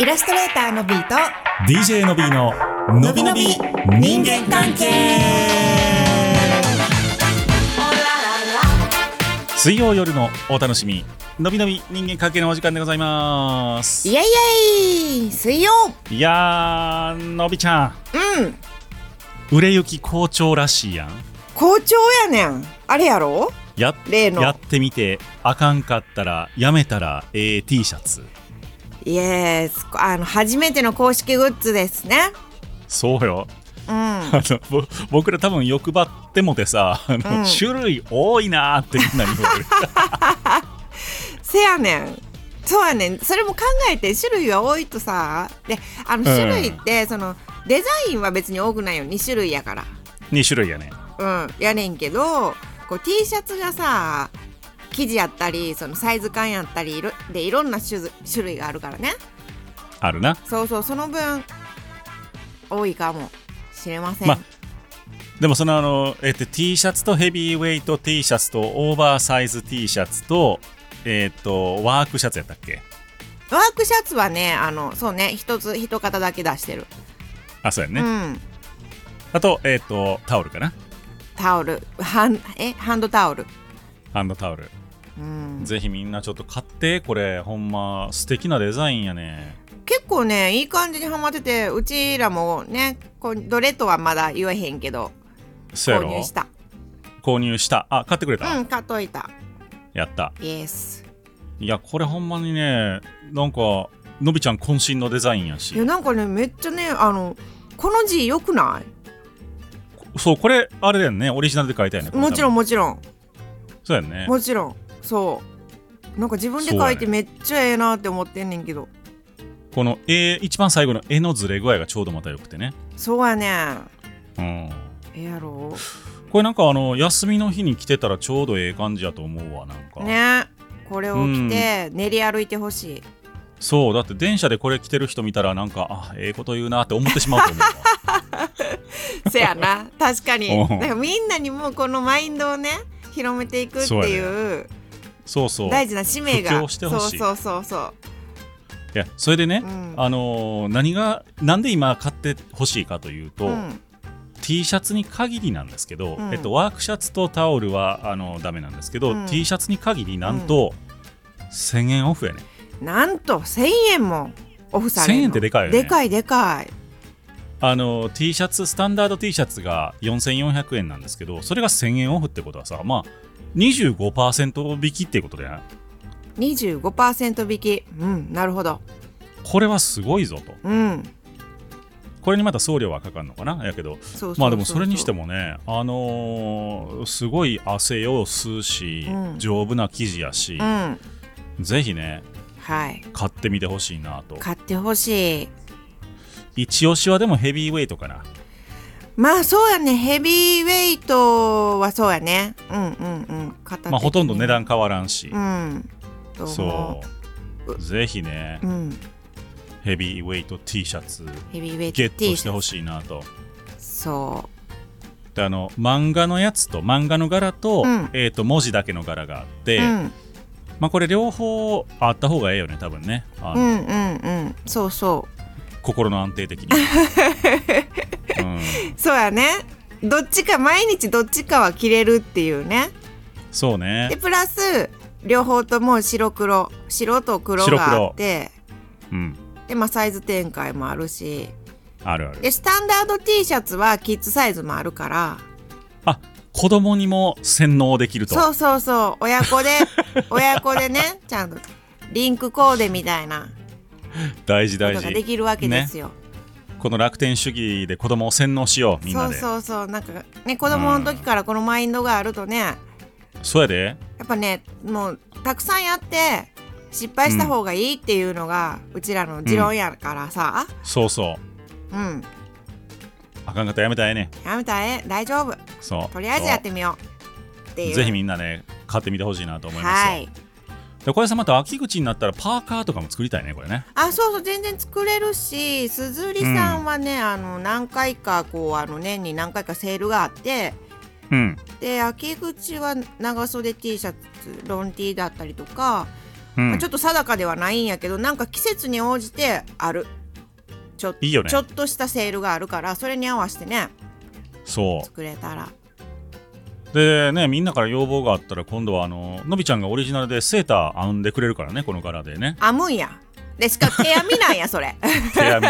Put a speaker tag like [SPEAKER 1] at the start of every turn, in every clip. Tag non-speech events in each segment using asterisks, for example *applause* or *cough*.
[SPEAKER 1] イラストレーターのビーと
[SPEAKER 2] DJ のびーののびのび人間関係水曜夜のお楽しみのびのび人間関係のお時間でございます
[SPEAKER 1] イエイイエイ水曜
[SPEAKER 2] いやーのびちゃ
[SPEAKER 1] うん
[SPEAKER 2] ん売れ行き好調らしいやん
[SPEAKER 1] 好調やねんあれやろ
[SPEAKER 2] やっ
[SPEAKER 1] 例の
[SPEAKER 2] やってみてあかんかったらやめたらええ T シャツ
[SPEAKER 1] イエスあの初めての公式グッズですね
[SPEAKER 2] そうよ *laughs*
[SPEAKER 1] うん
[SPEAKER 2] あのぼ僕ら多分欲張ってもてさあの、
[SPEAKER 1] うん
[SPEAKER 2] 種類多いなーってみんなに言わ
[SPEAKER 1] *laughs*
[SPEAKER 2] れる
[SPEAKER 1] *laughs* せやねんそうやねんそれも考えて種類は多いとさであの種類って、そのデザインは別に多くないよ2種類やから
[SPEAKER 2] 2種類やね
[SPEAKER 1] うん、やねんけどこう T シャツがさ生地やったりそのサイズ感やったりいろでいろんな種族種類があるからね
[SPEAKER 2] あるな
[SPEAKER 1] そうそうその分多いかもしれません、
[SPEAKER 2] までもそのあの、えっと、T シャツとヘビーウェイト T シャツとオーバーサイズ T シャツと、えっと、ワークシャツやったっけ
[SPEAKER 1] ワークシャツはねあのそうね一つ一型だけ出してる、
[SPEAKER 2] あ、そうやね。
[SPEAKER 1] うん
[SPEAKER 2] あと、えっと、タオルかな。
[SPEAKER 1] タオルハンえハンドタオル
[SPEAKER 2] ハンドタオル。
[SPEAKER 1] うん
[SPEAKER 2] ぜひみんなちょっと買って、これ、ほんま、素敵なデザインやね。
[SPEAKER 1] 結構ねいい感じにはまっててうちらもねこうどれとはまだ言えへんけど
[SPEAKER 2] そうや
[SPEAKER 1] 購
[SPEAKER 2] ろ
[SPEAKER 1] 入した
[SPEAKER 2] 購入した。あ、買ってくれた、
[SPEAKER 1] うん買っといた
[SPEAKER 2] やった。
[SPEAKER 1] イエス
[SPEAKER 2] いや、これほんまにね、なんか、のびちゃん渾身のデザインや
[SPEAKER 1] い
[SPEAKER 2] し
[SPEAKER 1] や。なんかねめっちゃねあのこの字よくな
[SPEAKER 2] そう、これ、あれだよね。オリジナルで書いたよね。
[SPEAKER 1] いもちろ
[SPEAKER 2] ん。
[SPEAKER 1] んもちろん
[SPEAKER 2] そうやね。
[SPEAKER 1] もちろんそうなんか自分で書いて
[SPEAKER 2] そう
[SPEAKER 1] めっちゃええなって思ってんねんけど
[SPEAKER 2] この絵、一番最後の絵のずれ具合がちょうどまた良くてね。
[SPEAKER 1] そうやね
[SPEAKER 2] うん。
[SPEAKER 1] んええやろ
[SPEAKER 2] これなんかあの休みの日に来てたらちょうどええ感じやと思うわなんか、
[SPEAKER 1] ねこれを着て練り歩いてほしい *laughs*
[SPEAKER 2] そうだって電車でこれ着てる人見たらなんかあええこと言うなって思ってしまうと
[SPEAKER 1] *laughs*
[SPEAKER 2] 思うわ
[SPEAKER 1] せやな確かに
[SPEAKER 2] う
[SPEAKER 1] なんんかみんなにもこのマインドをね広めていくって
[SPEAKER 2] そう
[SPEAKER 1] いう
[SPEAKER 2] そうそう
[SPEAKER 1] 大事な使命が
[SPEAKER 2] 布教してほしい
[SPEAKER 1] そうそうそうそ
[SPEAKER 2] いやそれでね
[SPEAKER 1] う、、うん、
[SPEAKER 2] あのー何がなんで今買ってほしいかというと、
[SPEAKER 1] うん、
[SPEAKER 2] T シャツに限りなんですけど、
[SPEAKER 1] うん
[SPEAKER 2] えっと、ワークシャツとタオルはあのダメなんですけど、
[SPEAKER 1] うん
[SPEAKER 2] T シャツに限りなんと、1000円オフやね
[SPEAKER 1] なんと1000円もオフされるの
[SPEAKER 2] 1000円ってでかいよね
[SPEAKER 1] でかいでかい
[SPEAKER 2] あの T シャツスタンダード T シャツが4400円なんですけどそれが1000円オフってことはさまあ25%引きっていうことで
[SPEAKER 1] 25%引きうんなるほど
[SPEAKER 2] これはすごいぞと
[SPEAKER 1] うん
[SPEAKER 2] これにまた送料はかかるのかなやけど
[SPEAKER 1] そうそう
[SPEAKER 2] まあでもそれにして
[SPEAKER 1] も
[SPEAKER 2] もねあのーすごい汗を吸うし、
[SPEAKER 1] うん
[SPEAKER 2] 丈夫な生地やし
[SPEAKER 1] う、ん
[SPEAKER 2] ぜひね
[SPEAKER 1] はい
[SPEAKER 2] 買ってみてほしいなと
[SPEAKER 1] 買ってほしい
[SPEAKER 2] 一押しはでもヘビーウェイトかな
[SPEAKER 1] まあそうやねヘビーウェイトはそうやねうんうんうん片手にね
[SPEAKER 2] まあほとんど値段変わらんし、
[SPEAKER 1] うんどうも
[SPEAKER 2] そうぜひね
[SPEAKER 1] うん
[SPEAKER 2] ヘビーウェイト T シャツ
[SPEAKER 1] ヘビーウェイト
[SPEAKER 2] ゲットしてほ
[SPEAKER 1] い
[SPEAKER 2] しいなと。
[SPEAKER 1] そ
[SPEAKER 2] であの漫画のやつと漫画の柄と,、
[SPEAKER 1] うん
[SPEAKER 2] えー、と文字だけの柄があって、
[SPEAKER 1] う、うん、
[SPEAKER 2] まあ、これ両方あった方がええよね多分ねあ
[SPEAKER 1] う
[SPEAKER 2] の、
[SPEAKER 1] んうんうんそうそ
[SPEAKER 2] 心の安
[SPEAKER 1] *laughs*
[SPEAKER 2] 定的に、うん、
[SPEAKER 1] うそうやねどっちか毎日どっちかは着れるっていうね
[SPEAKER 2] そう
[SPEAKER 1] で
[SPEAKER 2] ね、
[SPEAKER 1] プラス両方とも白黒白と黒があって
[SPEAKER 2] うん、
[SPEAKER 1] で、まあ、サイズ展開もあるし
[SPEAKER 2] あるある
[SPEAKER 1] でスタンダード T シャツはキッズサイズもあるから
[SPEAKER 2] あ子供にも洗脳できると
[SPEAKER 1] そうそうそう親
[SPEAKER 2] *laughs*
[SPEAKER 1] 子で親子でねちゃんとリンクコーデみたいな
[SPEAKER 2] 大事
[SPEAKER 1] こ
[SPEAKER 2] 大
[SPEAKER 1] と
[SPEAKER 2] 事
[SPEAKER 1] ができるわけですよ。
[SPEAKER 2] この楽天主義で子供を洗脳しようみん
[SPEAKER 1] そ
[SPEAKER 2] な
[SPEAKER 1] う
[SPEAKER 2] でそう
[SPEAKER 1] そうそうなんかね子供の時からこのマインドがあるとねや
[SPEAKER 2] やで
[SPEAKER 1] っぱねもうたくさんやって失敗した方がいいっていうのが、うちらの持論やからさ、
[SPEAKER 2] そうそう
[SPEAKER 1] うん、
[SPEAKER 2] あかんかったらやめたらええね
[SPEAKER 1] やめたらええ大丈夫
[SPEAKER 2] そう
[SPEAKER 1] とりあえずやってみようっていう
[SPEAKER 2] ぜひみんなね買ってみてほしいなと思いますよ
[SPEAKER 1] はい
[SPEAKER 2] でこれさまた秋口になったらパーカーとかも作りたいねこれね
[SPEAKER 1] あそうそう全然作れるし鈴りさんはね、あの何回かこうあの年に何回かセールがあって
[SPEAKER 2] うん
[SPEAKER 1] で秋口は長袖 T シャツロン T だったりとか
[SPEAKER 2] うん
[SPEAKER 1] まあちょっと定かではないんやけどなんか季節に応じてあるちょ
[SPEAKER 2] いいよね
[SPEAKER 1] ちょっとしたセールがあるからそれに合わせてね
[SPEAKER 2] そ
[SPEAKER 1] 作れたら
[SPEAKER 2] うでねみんなから要望があったら今度はあののびちゃんがオリジナルでセーター編んでくれるからねこの柄でね
[SPEAKER 1] 編むんやでしかも手編みなんやそ
[SPEAKER 2] *laughs*
[SPEAKER 1] れ
[SPEAKER 2] 手編み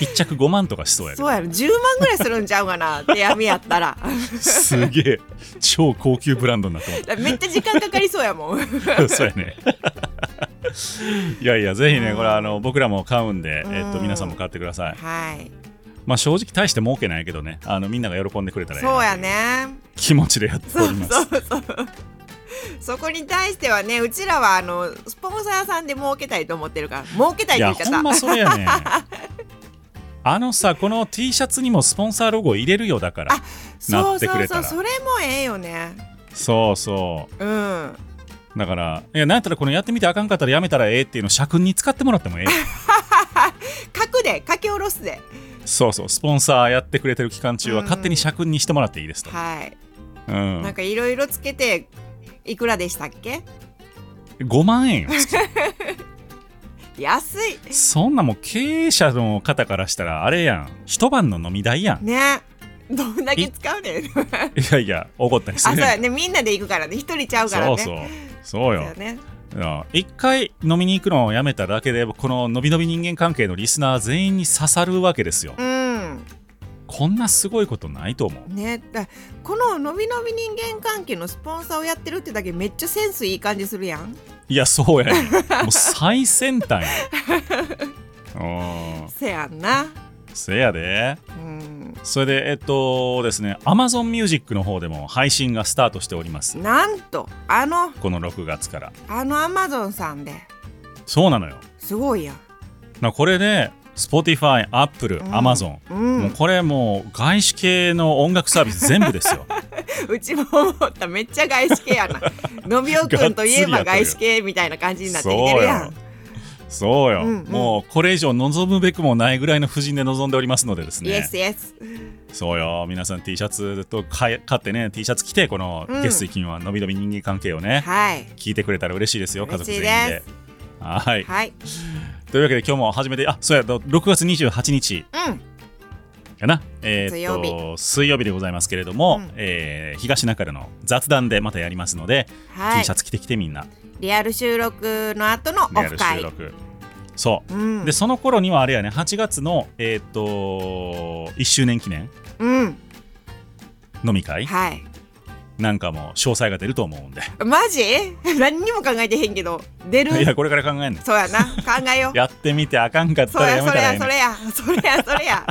[SPEAKER 2] 一着5万とかしそうやけ
[SPEAKER 1] そ
[SPEAKER 2] ど
[SPEAKER 1] うやろ10万ぐらいするんちゃうかな手編みやったら *laughs*
[SPEAKER 2] すげえ超高級ブランドになっても
[SPEAKER 1] だからめっちゃ時間かかりそうやもん *laughs*
[SPEAKER 2] らったそうやね *laughs* いやいやぜひねこれあの僕らも買うんで、えっと、
[SPEAKER 1] うん
[SPEAKER 2] 皆さんも買ってください
[SPEAKER 1] はい
[SPEAKER 2] まあ正直大して儲けないけどねあのみんなが喜んでくれたらいいな
[SPEAKER 1] そうやね
[SPEAKER 2] 気持ちでやってお
[SPEAKER 1] そう
[SPEAKER 2] ります
[SPEAKER 1] そうそう *laughs* そこに対してはねうちらはあのスポンサーさんで儲けたいと思ってるから儲けたい
[SPEAKER 2] い
[SPEAKER 1] って言
[SPEAKER 2] や
[SPEAKER 1] い方
[SPEAKER 2] ほんまそれやねあのさこの T シャツにもスポンサーロゴ入れるよだから
[SPEAKER 1] あそう
[SPEAKER 2] なって
[SPEAKER 1] そ
[SPEAKER 2] く
[SPEAKER 1] う
[SPEAKER 2] れ
[SPEAKER 1] そ
[SPEAKER 2] た
[SPEAKER 1] う
[SPEAKER 2] ら
[SPEAKER 1] それもええよね
[SPEAKER 2] そうそ
[SPEAKER 1] うん
[SPEAKER 2] うだからいやなんやったらこのやってみてあかんかったらやめたらええっていうのを社訓に使ってもらってもええ
[SPEAKER 1] 書くで書き下ろすで
[SPEAKER 2] そうそうスポンサーやってくれてる期間中は
[SPEAKER 1] うん
[SPEAKER 2] 勝手に社訓にしてもらっていいですと、
[SPEAKER 1] はい、
[SPEAKER 2] うん
[SPEAKER 1] なんかいろいろつけていくらでしたっけ
[SPEAKER 2] 5
[SPEAKER 1] *laughs*
[SPEAKER 2] 万円よ
[SPEAKER 1] 安い
[SPEAKER 2] そんなもう経営者の方からしたらあれやん一晩の飲み
[SPEAKER 1] *laughs*
[SPEAKER 2] 代やんい
[SPEAKER 1] ねどんだけ使うね *laughs* ん
[SPEAKER 2] やいや怒ったりす
[SPEAKER 1] あそ
[SPEAKER 2] る
[SPEAKER 1] う
[SPEAKER 2] やん
[SPEAKER 1] やねみんなで行くからね一人ちゃうから
[SPEAKER 2] そ
[SPEAKER 1] ね
[SPEAKER 2] うそうそうよ
[SPEAKER 1] そうね
[SPEAKER 2] いや一回飲みに行くのをやめただけでこののびのび人間関係のリスナー全員に刺さるわけですよ、
[SPEAKER 1] う
[SPEAKER 2] こんなすごいことないと思うん
[SPEAKER 1] ねだこののびのび人間関係のスポンサーをやってるってだけめっちゃセンスいい感じするやん
[SPEAKER 2] いやそうやねんもう最先端やうん
[SPEAKER 1] せやんな
[SPEAKER 2] せやで
[SPEAKER 1] うん
[SPEAKER 2] それでえっとですね AmazonMusic の方でも配信がスタートしております
[SPEAKER 1] なんとあの
[SPEAKER 2] この6月から
[SPEAKER 1] あのアマゾンさんで
[SPEAKER 2] そうなのよ
[SPEAKER 1] すごいやん
[SPEAKER 2] なこれで Spotify、Apple、
[SPEAKER 1] ん
[SPEAKER 2] Amazon、
[SPEAKER 1] うん
[SPEAKER 2] もうこれもう外資系の音楽サービス全部ですよ
[SPEAKER 1] うちも思っためっちゃ外資系や
[SPEAKER 2] *laughs*
[SPEAKER 1] なのびおくんといえば外資系みたいな感じになってきてるやん
[SPEAKER 2] そうよ、
[SPEAKER 1] うんうん
[SPEAKER 2] もうこれ以上望むべくもないぐらいの布陣で臨んでおりますのでです
[SPEAKER 1] イエ
[SPEAKER 2] ね
[SPEAKER 1] スイエス
[SPEAKER 2] そうよ皆さん T シャツと買い買ってね T シャツ着てこの
[SPEAKER 1] うん
[SPEAKER 2] 月水金はのびのび人間関係をね、
[SPEAKER 1] はい
[SPEAKER 2] 聞いてくれたら嬉しいですよ家
[SPEAKER 1] 嬉
[SPEAKER 2] 族
[SPEAKER 1] し
[SPEAKER 2] 全
[SPEAKER 1] い
[SPEAKER 2] 員
[SPEAKER 1] で。
[SPEAKER 2] ですはい
[SPEAKER 1] はい
[SPEAKER 2] というわけで今日も初めてあそうや6月28日
[SPEAKER 1] うん
[SPEAKER 2] かなえーっと
[SPEAKER 1] 水曜
[SPEAKER 2] 水曜日でございますけれども、
[SPEAKER 1] うん
[SPEAKER 2] えー東中野の雑談でまたやりますので、
[SPEAKER 1] は
[SPEAKER 2] T シャ
[SPEAKER 1] い
[SPEAKER 2] ツ着てきてみんな
[SPEAKER 1] リアル収録の後のオ
[SPEAKER 2] リア
[SPEAKER 1] フ
[SPEAKER 2] ル
[SPEAKER 1] 会
[SPEAKER 2] 収録そうう、
[SPEAKER 1] ん
[SPEAKER 2] でその頃にはあれやね8月のえーっと1周年記念
[SPEAKER 1] うん
[SPEAKER 2] 飲み会
[SPEAKER 1] はい
[SPEAKER 2] なんかも詳細が出ると思うんで。
[SPEAKER 1] マジ *laughs* 何にも考えてへんけど出
[SPEAKER 2] *laughs* いや、
[SPEAKER 1] る
[SPEAKER 2] これから考えんねん。
[SPEAKER 1] そうやな考えよう
[SPEAKER 2] やってみてあかんかった
[SPEAKER 1] そう
[SPEAKER 2] ら
[SPEAKER 1] や
[SPEAKER 2] やめ
[SPEAKER 1] そ
[SPEAKER 2] た
[SPEAKER 1] れ
[SPEAKER 2] らえ
[SPEAKER 1] や
[SPEAKER 2] え
[SPEAKER 1] そ
[SPEAKER 2] ねん。
[SPEAKER 1] れや *laughs* それやそれや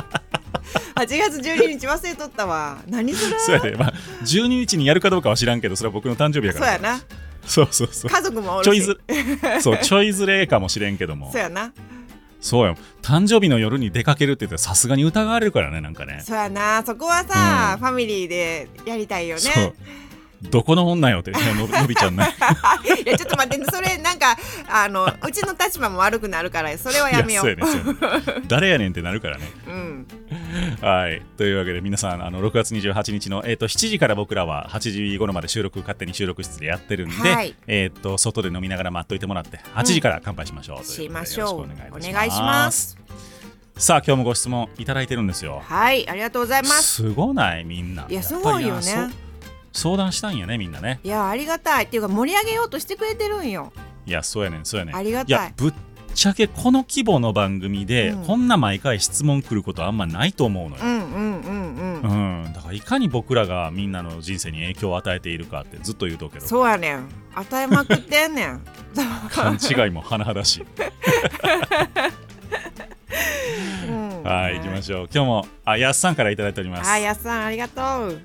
[SPEAKER 1] 8月12日忘れとったわ何する
[SPEAKER 2] そうやで、まあ、12日にやるかどうかは知らんけど、それは僕の誕生日やか
[SPEAKER 1] そう
[SPEAKER 2] ら。
[SPEAKER 1] やな
[SPEAKER 2] そうそうそう
[SPEAKER 1] 家族もおる
[SPEAKER 2] ち
[SPEAKER 1] し
[SPEAKER 2] ょいず
[SPEAKER 1] *laughs*
[SPEAKER 2] れ、そう、ちょいずれかもしれんけども
[SPEAKER 1] そう。やな
[SPEAKER 2] そうよ。誕生日の夜に出かけるって言ったら、さすがに疑われるからね、なんかね。
[SPEAKER 1] そうやなそこはさ、
[SPEAKER 2] うん
[SPEAKER 1] ファミリーでやりたいよ
[SPEAKER 2] そ
[SPEAKER 1] ね
[SPEAKER 2] う。どこの女よって、ののびちゃんね。
[SPEAKER 1] *laughs* いやちょっと待ってそれなんかあのうちの立場も悪くなるからそれはいや
[SPEAKER 2] や、
[SPEAKER 1] めよ
[SPEAKER 2] そううやねんそうやねん。誰やねんってなるからね。
[SPEAKER 1] うん
[SPEAKER 2] はい。というわけで、皆さん、あの、6月28日の、えっ、と、7時から僕らは8時頃まで収録、勝手に収録室でやってるんで、
[SPEAKER 1] はい
[SPEAKER 2] えっ、と、外で飲みながら待っといてもらって、8時から乾杯しましょう。とい
[SPEAKER 1] し
[SPEAKER 2] うこと
[SPEAKER 1] ま
[SPEAKER 2] で
[SPEAKER 1] しょう
[SPEAKER 2] よろしく
[SPEAKER 1] お
[SPEAKER 2] お願いいたします。
[SPEAKER 1] 願いします
[SPEAKER 2] さあ、今日もご質問いただいてるんですよ。
[SPEAKER 1] はいありがとうございます
[SPEAKER 2] すごないみんな。
[SPEAKER 1] いや
[SPEAKER 2] っぱり
[SPEAKER 1] すごいよ
[SPEAKER 2] な
[SPEAKER 1] ね
[SPEAKER 2] そう相談したんやね、みんなね。
[SPEAKER 1] いやありがたいっていうか盛り上げようとしてくれてるんよ
[SPEAKER 2] いや、そうやねん、そうやねん。
[SPEAKER 1] ありがたい
[SPEAKER 2] や、ぶっちゃけこの規模の番組で、
[SPEAKER 1] うん
[SPEAKER 2] こんな毎回質問来ることあんまないと思うのよ
[SPEAKER 1] う。んうんうんうん、
[SPEAKER 2] うん、だからいかに僕らがみんなの人生に影響を与えているかってずっと言うとうけど
[SPEAKER 1] そうやねん与えまくってんねん
[SPEAKER 2] 勘違いも甚だしい
[SPEAKER 1] うん
[SPEAKER 2] はい行きましょう今日もあやっさんからいただいております
[SPEAKER 1] はいやっさんありがとう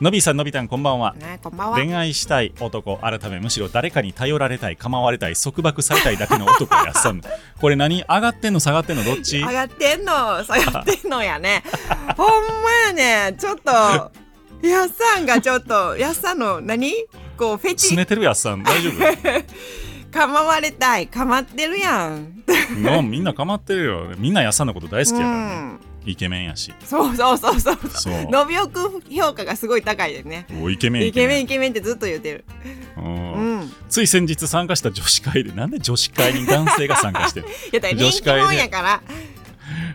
[SPEAKER 2] のびさんのびたんこんばんは
[SPEAKER 1] ねこんばんは
[SPEAKER 2] 恋愛したい男改めむしろ誰かに頼られたい構われたい束縛されたいだけの男やっさんこれ何上がってんの下がってんのどっち
[SPEAKER 1] 上がってんの下がってんのや
[SPEAKER 2] *laughs*
[SPEAKER 1] ねほんまやねちょっとやっさんがちょっとやっさんの何こうフェ
[SPEAKER 2] す
[SPEAKER 1] チ
[SPEAKER 2] ねてるやっさん大丈夫
[SPEAKER 1] 構われたい構ってるやん
[SPEAKER 2] のみんな構ってるよみんなやっさんのこと大好きやからね、
[SPEAKER 1] うん
[SPEAKER 2] イケメンやし
[SPEAKER 1] そうそうそうそう
[SPEAKER 2] そう
[SPEAKER 1] のびおくん評価がすごい高いでね
[SPEAKER 2] おイケメン
[SPEAKER 1] イケメンイケメンってずっと言ってる
[SPEAKER 2] うん
[SPEAKER 1] うん
[SPEAKER 2] つい先日参加した女子会でなんで女子会に男性が参
[SPEAKER 1] *laughs*
[SPEAKER 2] 加してる
[SPEAKER 1] やったら人気もんやから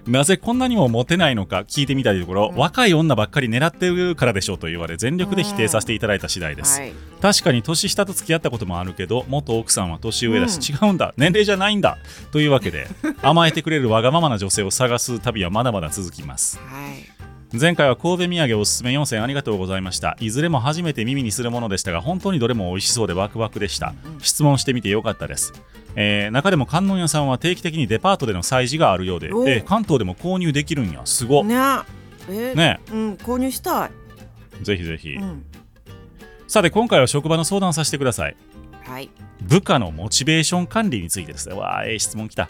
[SPEAKER 2] なぜこんなにもモテないのか聞いてみたいところ、
[SPEAKER 1] うん若
[SPEAKER 2] 若い女ばっかり狙ってるからでしょうと言われ全力で否定させていただいた次第です、
[SPEAKER 1] はい
[SPEAKER 2] 確かに年下と付き合ったこともあるけど元奥さんは年上だし、違うんだ年齢じゃないんだというわけで甘えてくれるわがままな女性を探す旅はまだまだ続きます
[SPEAKER 1] はい
[SPEAKER 2] 前回は神戸土産おすすめ4選ありがとうございましたいずれも初めて耳にするものでしたが本当にどれも美味しそうでワクワクでした質問してみてよかったです、えー中でも観音屋さんは定期的にデパートでの催事があるようで、え
[SPEAKER 1] お
[SPEAKER 2] ー関東でも購入できるんやすごっね
[SPEAKER 1] ねえうん購入したい
[SPEAKER 2] ぜひぜひ、
[SPEAKER 1] うん
[SPEAKER 2] さて今回は職場の相談させてください
[SPEAKER 1] はい
[SPEAKER 2] 部下のモチベーション管理についてですねわあええ質問きた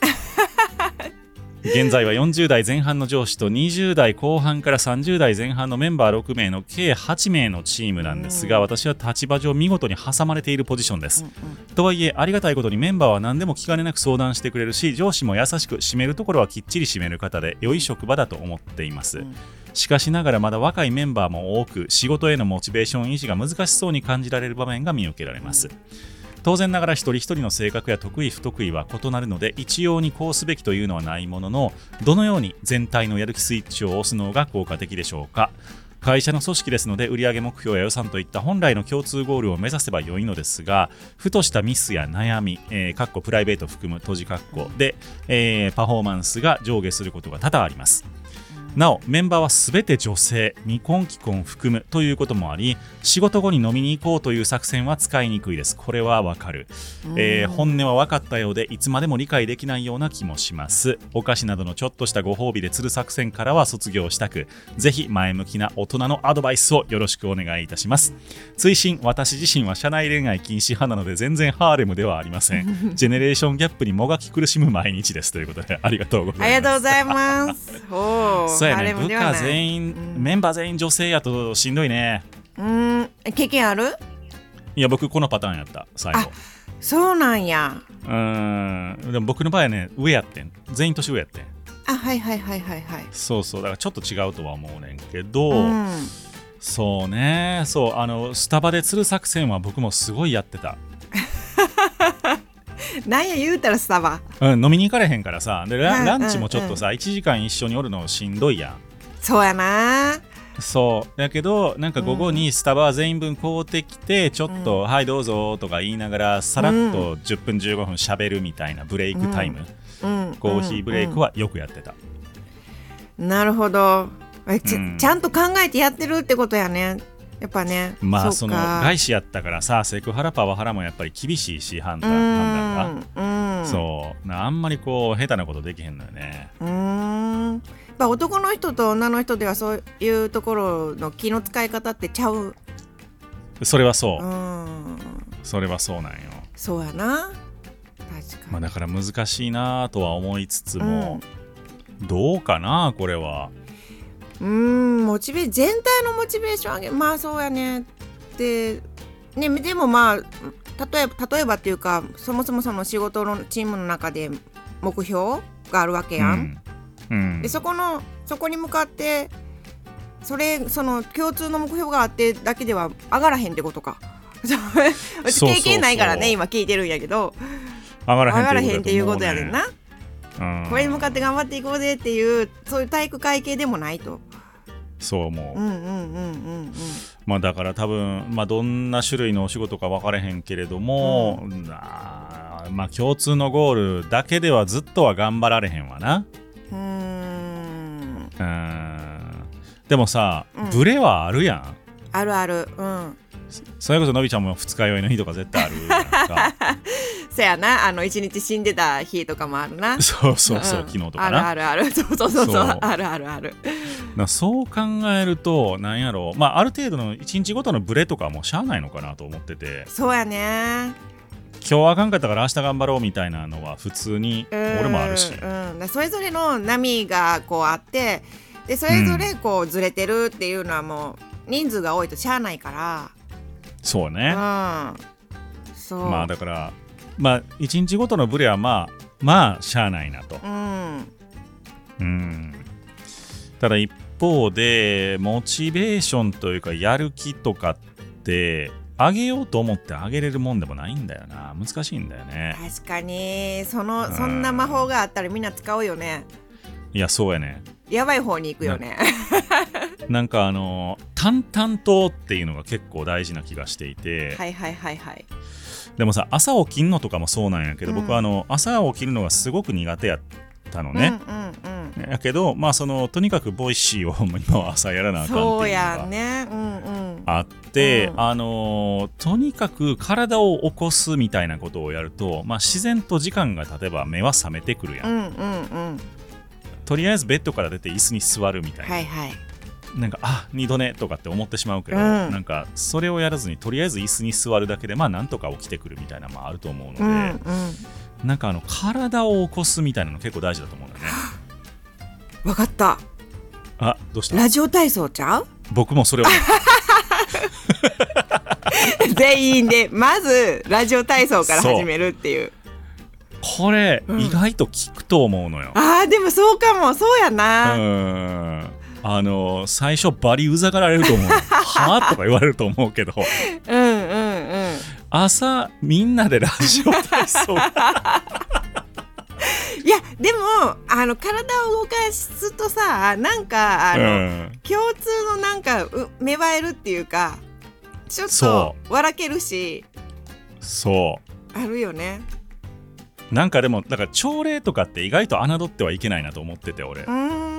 [SPEAKER 2] 現在は40代前半の上司と20代後半から30代前半のメンバー6名の計8名のチームなんですが、
[SPEAKER 1] うん
[SPEAKER 2] 私は立場上見事に挟まれているポジションです
[SPEAKER 1] う、ん
[SPEAKER 2] とはいえありがたいことにメンバーは何でも気兼ねなく相談してくれるし上司も優しく締めるところはきっちり締める方で良い職場だと思っています、
[SPEAKER 1] うん
[SPEAKER 2] しかしながらまだ若いメンバーも多く仕事へのモチベーション維持が難しそうに感じられる場面が見受けられます当然ながら一人一人の性格や得意不得意は異なるので一様にこうすべきというのはないもののどのように全体のやる気スイッチを押すのが効果的でしょうか会社の組織ですので売上目標や予算といった本来の共通ゴールを目指せば良いのですがふとしたミスや悩み、えーかっこプライベート含む閉じかっこで、えーパフォーマンスが上下することが多々ありますなおメンバーは全て女性未婚既婚含むということもあり仕事後に飲みに行こうという作戦は使いにくいですこれはわかる、えー本音は分かったようでいつまでも理解できないような気もしますお菓子などのちょっとしたご褒美で釣る作戦からは卒業したくぜひ前向きな大人のアドバイスをよろしくお願いいたします追伸私自身は社内恋愛禁止派なので全然ハーレムではありませ *laughs* んジェネレーションギャップにもがき苦しむ毎日ですということでありがとうございます
[SPEAKER 1] ありがとうございます。おお、
[SPEAKER 2] *laughs* そうや
[SPEAKER 1] あ
[SPEAKER 2] ね
[SPEAKER 1] れも
[SPEAKER 2] 部
[SPEAKER 1] では
[SPEAKER 2] 下
[SPEAKER 1] ない
[SPEAKER 2] 全員、
[SPEAKER 1] うん
[SPEAKER 2] メンバー全員女性やとしんどいね
[SPEAKER 1] うーん、経験ある？
[SPEAKER 2] いや僕このパターンやった最後
[SPEAKER 1] そうなんや。
[SPEAKER 2] うーんでも僕の場合はね上やってん全員年上やってん
[SPEAKER 1] あ、はいはいはいはいはい。
[SPEAKER 2] そうそうだからちょっと違うとは思うねんけど、
[SPEAKER 1] うん、
[SPEAKER 2] そうねそうあのスタバで釣る作戦は僕もすごいやってた、
[SPEAKER 1] なんや言うたらスタバ。
[SPEAKER 2] うん、飲みに行かれへんからさ
[SPEAKER 1] う
[SPEAKER 2] で
[SPEAKER 1] んうん
[SPEAKER 2] ラ
[SPEAKER 1] うん
[SPEAKER 2] ランチもちょっとさ1時間一緒におるのしんどいやん
[SPEAKER 1] そうやな。
[SPEAKER 2] そうだけどなんか午後にスタバ全員分買うてきて、ちょっと「はいどうぞ」とか言いながらさらっと10分15分しゃべるみたいなブレイクタイム、
[SPEAKER 1] うん、
[SPEAKER 2] コーヒーブレイクはよくやってた、
[SPEAKER 1] うん、なるほど。えち
[SPEAKER 2] うん
[SPEAKER 1] ちゃんと考えてやってるってことやね。やっぱね。
[SPEAKER 2] まあ
[SPEAKER 1] そ
[SPEAKER 2] そうの
[SPEAKER 1] か
[SPEAKER 2] 外資やったからさセクハラパワハラもやっぱり厳しいし判断判断が、
[SPEAKER 1] うん、うん、
[SPEAKER 2] そうなあんまりこう下手なことできへんのよね
[SPEAKER 1] うーんやっぱ男の人と女の人ではそういうところの気の使い方ってちゃう。
[SPEAKER 2] それはそうう、
[SPEAKER 1] ん。
[SPEAKER 2] それはそうなんよ
[SPEAKER 1] そうやな。確
[SPEAKER 2] ま
[SPEAKER 1] か
[SPEAKER 2] あ
[SPEAKER 1] に。
[SPEAKER 2] だから難しいなとは思いつつも、どうかなこれは
[SPEAKER 1] うん、うんモチベ全体のモチベーション上げ、まあそうやね。で、ね、でもまあ例えば例えばっていうか、そもそもその仕事のチームの中で目標があるわけやん。
[SPEAKER 2] うん、うん
[SPEAKER 1] でそこのそこに向かって。それその共通の目標があってだけでは上がらへんってことか。 *laughs* うち
[SPEAKER 2] そうそう
[SPEAKER 1] 経験ないからね今聞いてるんやけど
[SPEAKER 2] 上が
[SPEAKER 1] 上が
[SPEAKER 2] ら
[SPEAKER 1] ら
[SPEAKER 2] へ
[SPEAKER 1] へん
[SPEAKER 2] んっ
[SPEAKER 1] ってて
[SPEAKER 2] い
[SPEAKER 1] いうう
[SPEAKER 2] こ
[SPEAKER 1] ことと
[SPEAKER 2] や
[SPEAKER 1] や
[SPEAKER 2] ね
[SPEAKER 1] ねんな。
[SPEAKER 2] うん
[SPEAKER 1] これに向かって頑張っていこうぜっていうそういう体育会系でもないと。
[SPEAKER 2] そう思う、
[SPEAKER 1] うんうんうんうんうん。
[SPEAKER 2] まあだから多分、まあ、どんな種類のお仕事か分からへんけれども、なあまあ共通のゴールだけではずっとは頑張られへんわな
[SPEAKER 1] うーん
[SPEAKER 2] うーんでもさ、
[SPEAKER 1] うん
[SPEAKER 2] ブレはあるやん
[SPEAKER 1] あるあるうん
[SPEAKER 2] それこそのびちゃんも二日酔いの日とか絶対あるや
[SPEAKER 1] *laughs*
[SPEAKER 2] んか
[SPEAKER 1] そやなあの一日死んでた日とかもあるな
[SPEAKER 2] そうそうそう、
[SPEAKER 1] ん
[SPEAKER 2] 昨日とかな
[SPEAKER 1] あるあるある *laughs* そうそうそうそう
[SPEAKER 2] そう
[SPEAKER 1] あるあるある
[SPEAKER 2] なそう考えるとなんやろう、まあ、ある程度の一日ごとのブレとかはもうしゃあないのかなと思ってて
[SPEAKER 1] そうやね
[SPEAKER 2] 今日あかんかったから明日頑張ろうみたいなのは普通に
[SPEAKER 1] うん
[SPEAKER 2] 俺もあるし
[SPEAKER 1] うんだそれぞれの波がこうあってでそれぞれこうずれてるっていうのはもう人数が多いとしゃあないか
[SPEAKER 2] そうね、
[SPEAKER 1] らうんそう
[SPEAKER 2] まあだからまあ一日ごとのブレはまあまあしゃあないなと
[SPEAKER 1] うん
[SPEAKER 2] うんただ一方でモチベーションというかやる気とかって上げようと思って上げれるもんでもないんだよな難しいんだよね
[SPEAKER 1] 確かにその
[SPEAKER 2] うん
[SPEAKER 1] そんな魔法があったらみんな使うよね
[SPEAKER 2] いやそうやね
[SPEAKER 1] やばい方に行くよね
[SPEAKER 2] なんかあの淡々とっていうのが結構大事な気がしてい
[SPEAKER 1] *laughs*
[SPEAKER 2] て、
[SPEAKER 1] はいはいはいはい
[SPEAKER 2] でもさ朝起きるのとかもそうなんやけど、
[SPEAKER 1] うん
[SPEAKER 2] 僕はあの朝起きるのがすごく苦手やったのね、
[SPEAKER 1] うんうんうん
[SPEAKER 2] やけどまあそのとにかくボイシーをほんま今は朝やらなあかんっていうの
[SPEAKER 1] そうや
[SPEAKER 2] が
[SPEAKER 1] ねうんうん
[SPEAKER 2] あって、
[SPEAKER 1] うん
[SPEAKER 2] あのーとにかく体を起こすみたいなことをやると、まあ、自然と時間が経てば目は覚めてくるやん、
[SPEAKER 1] うんうんうん
[SPEAKER 2] とりあえずベッドから出て椅子に座るみたいな、
[SPEAKER 1] はいはい
[SPEAKER 2] なんかあ二度寝とかって思ってしまうけど、
[SPEAKER 1] うん
[SPEAKER 2] なんかそれをやらずにとりあえず椅子に座るだけでまあなんとか起きてくるみたいなのもあると思うので、
[SPEAKER 1] うんうん
[SPEAKER 2] なんかあの体を起こすみたいなの結構大事だと思うんだよね
[SPEAKER 1] わかった
[SPEAKER 2] あどうした
[SPEAKER 1] ラジオ体操ちゃう *laughs*
[SPEAKER 2] 僕もそれを
[SPEAKER 1] 全員でまずラジオ体操から始めるっていう
[SPEAKER 2] これ、
[SPEAKER 1] うん
[SPEAKER 2] 意外と効くと思うのよ
[SPEAKER 1] あーでもそうかもそうや
[SPEAKER 2] う
[SPEAKER 1] な、
[SPEAKER 2] んあの最初バリうざがられる
[SPEAKER 1] *laughs*
[SPEAKER 2] と思うはあとか言われると思うけど
[SPEAKER 1] うん、うんうん
[SPEAKER 2] 朝みんなでラジオ体操
[SPEAKER 1] いやでもあの体を動かすとさなんか *laughs* あ
[SPEAKER 2] う
[SPEAKER 1] の、
[SPEAKER 2] ん
[SPEAKER 1] 共通のなんかう芽生えるっていうかちょっ
[SPEAKER 2] そ
[SPEAKER 1] と笑けるし
[SPEAKER 2] そ
[SPEAKER 1] あるよね
[SPEAKER 2] うなんかでもだから朝礼とかって意外と侮ってはいけないなと思ってて俺
[SPEAKER 1] うーん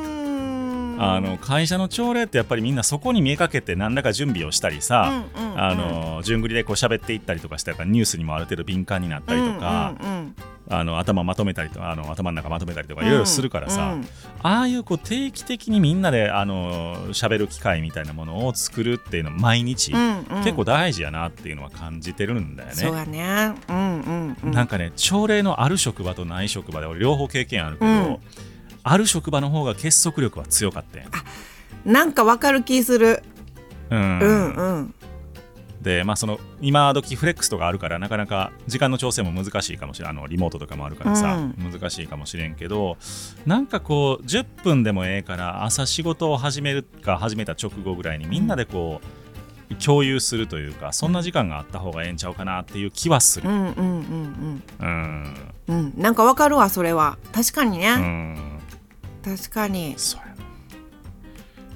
[SPEAKER 2] あの会社の朝礼ってやっぱりみんなそこにめかけて何らか準備をしたりさ、
[SPEAKER 1] うんうんうん
[SPEAKER 2] あの順繰りでこう喋っていったりとかしたからニュースにもある程度敏感になったりとか、
[SPEAKER 1] うんうん
[SPEAKER 2] あの頭まとめたりとあの頭の中まとめたりとかいろいろするからさ、
[SPEAKER 1] うん
[SPEAKER 2] ああいうこう定期的にみんなであの喋る機会みたいなものを作るっていうの毎日、
[SPEAKER 1] うんうん
[SPEAKER 2] 結構大事やなっていうのは感じてるんだよ
[SPEAKER 1] そう
[SPEAKER 2] ね。
[SPEAKER 1] やねうんうんうん
[SPEAKER 2] なんかね朝礼のある職場とない職場で俺両方経験あるけど、
[SPEAKER 1] うん
[SPEAKER 2] ある職場の方が結束力は強かったよ
[SPEAKER 1] なんかわかる気する
[SPEAKER 2] うん
[SPEAKER 1] うんうん
[SPEAKER 2] で、まあ、その今時フレックスとかあるからなかなか時間の調整も難しいかもしれんあのリモートとかもあるからさ、
[SPEAKER 1] う
[SPEAKER 2] 難しいかもしれんけどなんかこう10分でもええから朝仕事を始めるか始めた直後ぐらいにみんなでこう、共有するというかそんな時間があった方がええんちゃうかなっていう気はす
[SPEAKER 1] う
[SPEAKER 2] る。
[SPEAKER 1] んうんうん
[SPEAKER 2] うん、
[SPEAKER 1] うんうんなんかわかるわそれは確かに
[SPEAKER 2] う
[SPEAKER 1] ね
[SPEAKER 2] ん
[SPEAKER 1] 確かに
[SPEAKER 2] そうやな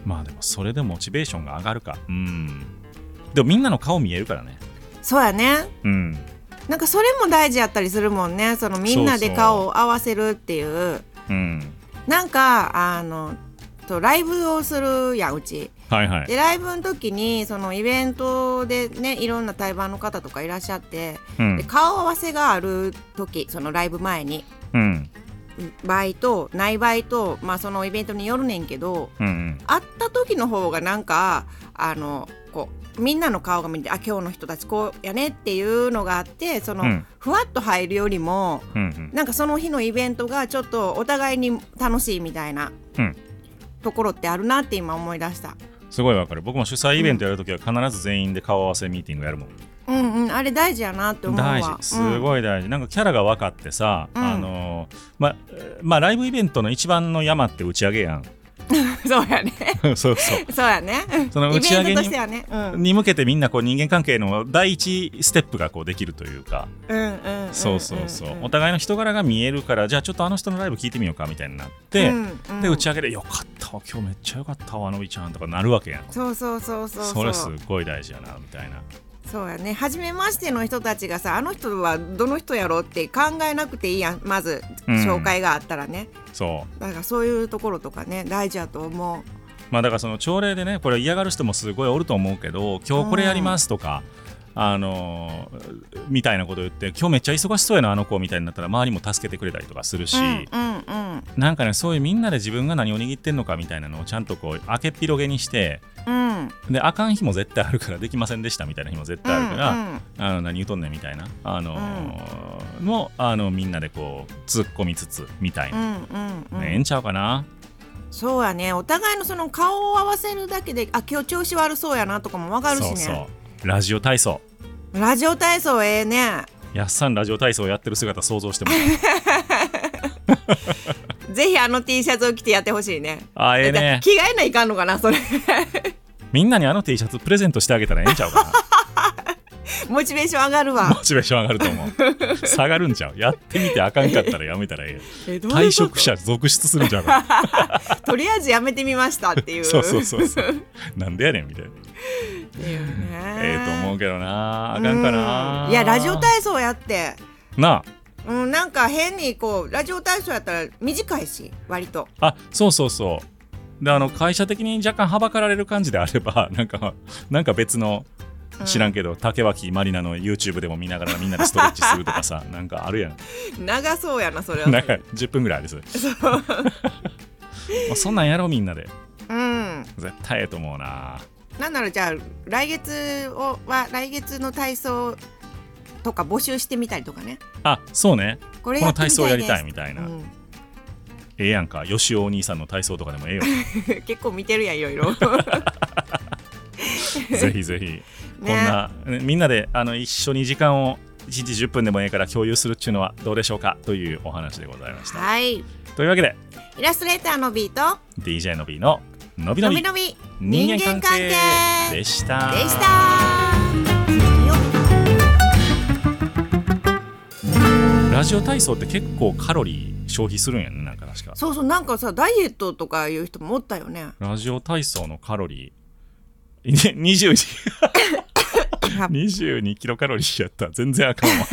[SPEAKER 2] まあでもそれでモチベーションが上がるかうんでもみんなの顔見えるからね
[SPEAKER 1] そうやね
[SPEAKER 2] うん
[SPEAKER 1] なんかそれも大事やったりするもんねそのみんなで顔を合わせるっていう
[SPEAKER 2] うん
[SPEAKER 1] なんかあのとライブをするやんうち
[SPEAKER 2] はいはい
[SPEAKER 1] でライブの時にそのイベントでねいろんな対バンの方とかいらっしゃって
[SPEAKER 2] う
[SPEAKER 1] で
[SPEAKER 2] ん
[SPEAKER 1] 顔合わせがある時そのライブ前に
[SPEAKER 2] うん
[SPEAKER 1] 場合とない場合と、まあ、そのイベントによるねんけど
[SPEAKER 2] うんうん
[SPEAKER 1] 会った時の方がなんかあのこうみんなの顔が見えてあ今日の人たちこうやねっていうのがあってその、
[SPEAKER 2] うん
[SPEAKER 1] ふわっと入るよりも
[SPEAKER 2] うんうん
[SPEAKER 1] なんかその日のイベントがちょっとお互いに楽しいみたいな
[SPEAKER 2] うん
[SPEAKER 1] ところってあるなって今思い出した。
[SPEAKER 2] すごいわかる僕も主催イベントやるときは必ず全員で顔合わせミーティングやるもん、
[SPEAKER 1] うんうん、あれ大事やなって思うわ。
[SPEAKER 2] 大事す
[SPEAKER 1] い。
[SPEAKER 2] ごい大事、なんかキャラが分かってさ、
[SPEAKER 1] うん
[SPEAKER 2] あのーまえーまあライブイベントの一番の山って打ち上げ
[SPEAKER 1] *laughs*
[SPEAKER 2] やん
[SPEAKER 1] そうやね。
[SPEAKER 2] そうそう
[SPEAKER 1] そうやね。
[SPEAKER 2] その打ち上げ
[SPEAKER 1] イベントと
[SPEAKER 2] に
[SPEAKER 1] してはね。うん。うん
[SPEAKER 2] に向けてみんなこう人間関係の第一ステップがこうできるというか、
[SPEAKER 1] うんうんうん。
[SPEAKER 2] そうそうそう、お
[SPEAKER 1] た
[SPEAKER 2] 互いの人柄が見えるからじゃあちょっとあの人のライブ聞いてみようかみたいになって、で打ち上げで「よかったわ今日めっちゃよかったわのびちゃん」とかなるわけやん
[SPEAKER 1] そうそうそうそうう。
[SPEAKER 2] それすごい大事やなみたいな
[SPEAKER 1] そうやね。初めましての人たちがさ、あの人はどの人やろうって考えなくていいやん。まず
[SPEAKER 2] うん
[SPEAKER 1] 紹介があったらね。
[SPEAKER 2] そう
[SPEAKER 1] だからそういうところとかね、大事やと思う。
[SPEAKER 2] まあだからその朝礼でねこれ嫌がる人もすごいおると思うけど今日これやりますとか、あのーみたいなこと言って今日めっちゃ忙しそうやなあの子みたいになったら周りも助けてくれたりとかするし、
[SPEAKER 1] うんうん
[SPEAKER 2] なんかねそういうみんなで自分が何を握ってんのかみたいなのをちゃんとこう明けっ広げにして
[SPEAKER 1] うん。うん。
[SPEAKER 2] であかん日も絶対あるからできませんでしたみたいな日も絶対あるから、
[SPEAKER 1] うんうん
[SPEAKER 2] あの何言うとんねんみたいな、あのーもあのみんなでこう突っ込みつつみたいな、
[SPEAKER 1] うんうんうん、
[SPEAKER 2] ねええんちゃうかな。
[SPEAKER 1] そうやねお互いのその顔を合わせるだけであ今日調子悪そうやなとかもわかるしね
[SPEAKER 2] そうそうラジオ体操
[SPEAKER 1] ラジオ体操ええね *laughs*
[SPEAKER 2] やっさんラジオ体操やってる姿想像しても
[SPEAKER 1] ぜひあの T シャツを着てやってほしいね。
[SPEAKER 2] あーええね
[SPEAKER 1] 着替えないかんのかなそれ
[SPEAKER 2] みんなにあの T シャツプレゼントしてあげたらええんちゃうか
[SPEAKER 1] *laughs* モチベーション上がる
[SPEAKER 2] な
[SPEAKER 1] わ
[SPEAKER 2] モチベーション上がると思う下がるんちゃうやってみてあかんかったらやめたらええよ
[SPEAKER 1] えどうい
[SPEAKER 2] 退
[SPEAKER 1] うこと
[SPEAKER 2] 職者続出するんちゃ
[SPEAKER 1] *laughs*
[SPEAKER 2] うかな
[SPEAKER 1] とりあえずやめてみましたっていう
[SPEAKER 2] *laughs* そうそうそうそうなんでやねんみたいな
[SPEAKER 1] っていうね
[SPEAKER 2] ええと思うけどなあかんかな、
[SPEAKER 1] うんいやラジオ体操やって
[SPEAKER 2] な
[SPEAKER 1] うん、なんか変にこうラジオ体操やったら短いし割と
[SPEAKER 2] ああそうそうそうであの会社的に若干はばかられる感じであれば *laughs* なんかなんか別の知らんけど、竹脇まりなの YouTube でも見ながらみんなでストレッチするとかさなんかあるやん
[SPEAKER 1] 長そうやなそれ
[SPEAKER 2] なん
[SPEAKER 1] は
[SPEAKER 2] か10分ぐらいありそう *laughs* もうそんなんやろうみんなで
[SPEAKER 1] うん
[SPEAKER 2] 絶対ええと思うな
[SPEAKER 1] なんならじゃあ来月をは来月の体操とか募集してみたりとかね
[SPEAKER 2] あそうね
[SPEAKER 1] これ
[SPEAKER 2] この
[SPEAKER 1] ってみ
[SPEAKER 2] 体
[SPEAKER 1] です
[SPEAKER 2] 操やりたいみたいな、
[SPEAKER 1] うん *laughs*
[SPEAKER 2] ええやんかよしおお兄さんの体操とかで *laughs* もええよ
[SPEAKER 1] 結構見てるやんいろい
[SPEAKER 2] *laughs*
[SPEAKER 1] ろ
[SPEAKER 2] ぜひぜひこん
[SPEAKER 1] ね
[SPEAKER 2] な、ねみんなであの一緒に時間を1日10分でもええから共有するっていうのはどうでしょうかというお話でございました
[SPEAKER 1] はいイ
[SPEAKER 2] というわけで
[SPEAKER 1] ラストレーターのビート
[SPEAKER 2] DJ の B ののびの
[SPEAKER 1] の
[SPEAKER 2] び
[SPEAKER 1] びのび
[SPEAKER 2] 人
[SPEAKER 1] 人間
[SPEAKER 2] 間関係
[SPEAKER 1] 関係
[SPEAKER 2] で
[SPEAKER 1] で
[SPEAKER 2] した
[SPEAKER 1] したよ
[SPEAKER 2] ラジオ体操って結構カロリー消費するんやねなんか確か
[SPEAKER 1] そうそうなんかさダイエットとかいう人もおったよね
[SPEAKER 2] ラジオ体操のカロリーいね22 22キロカロリーやった全然あかんわ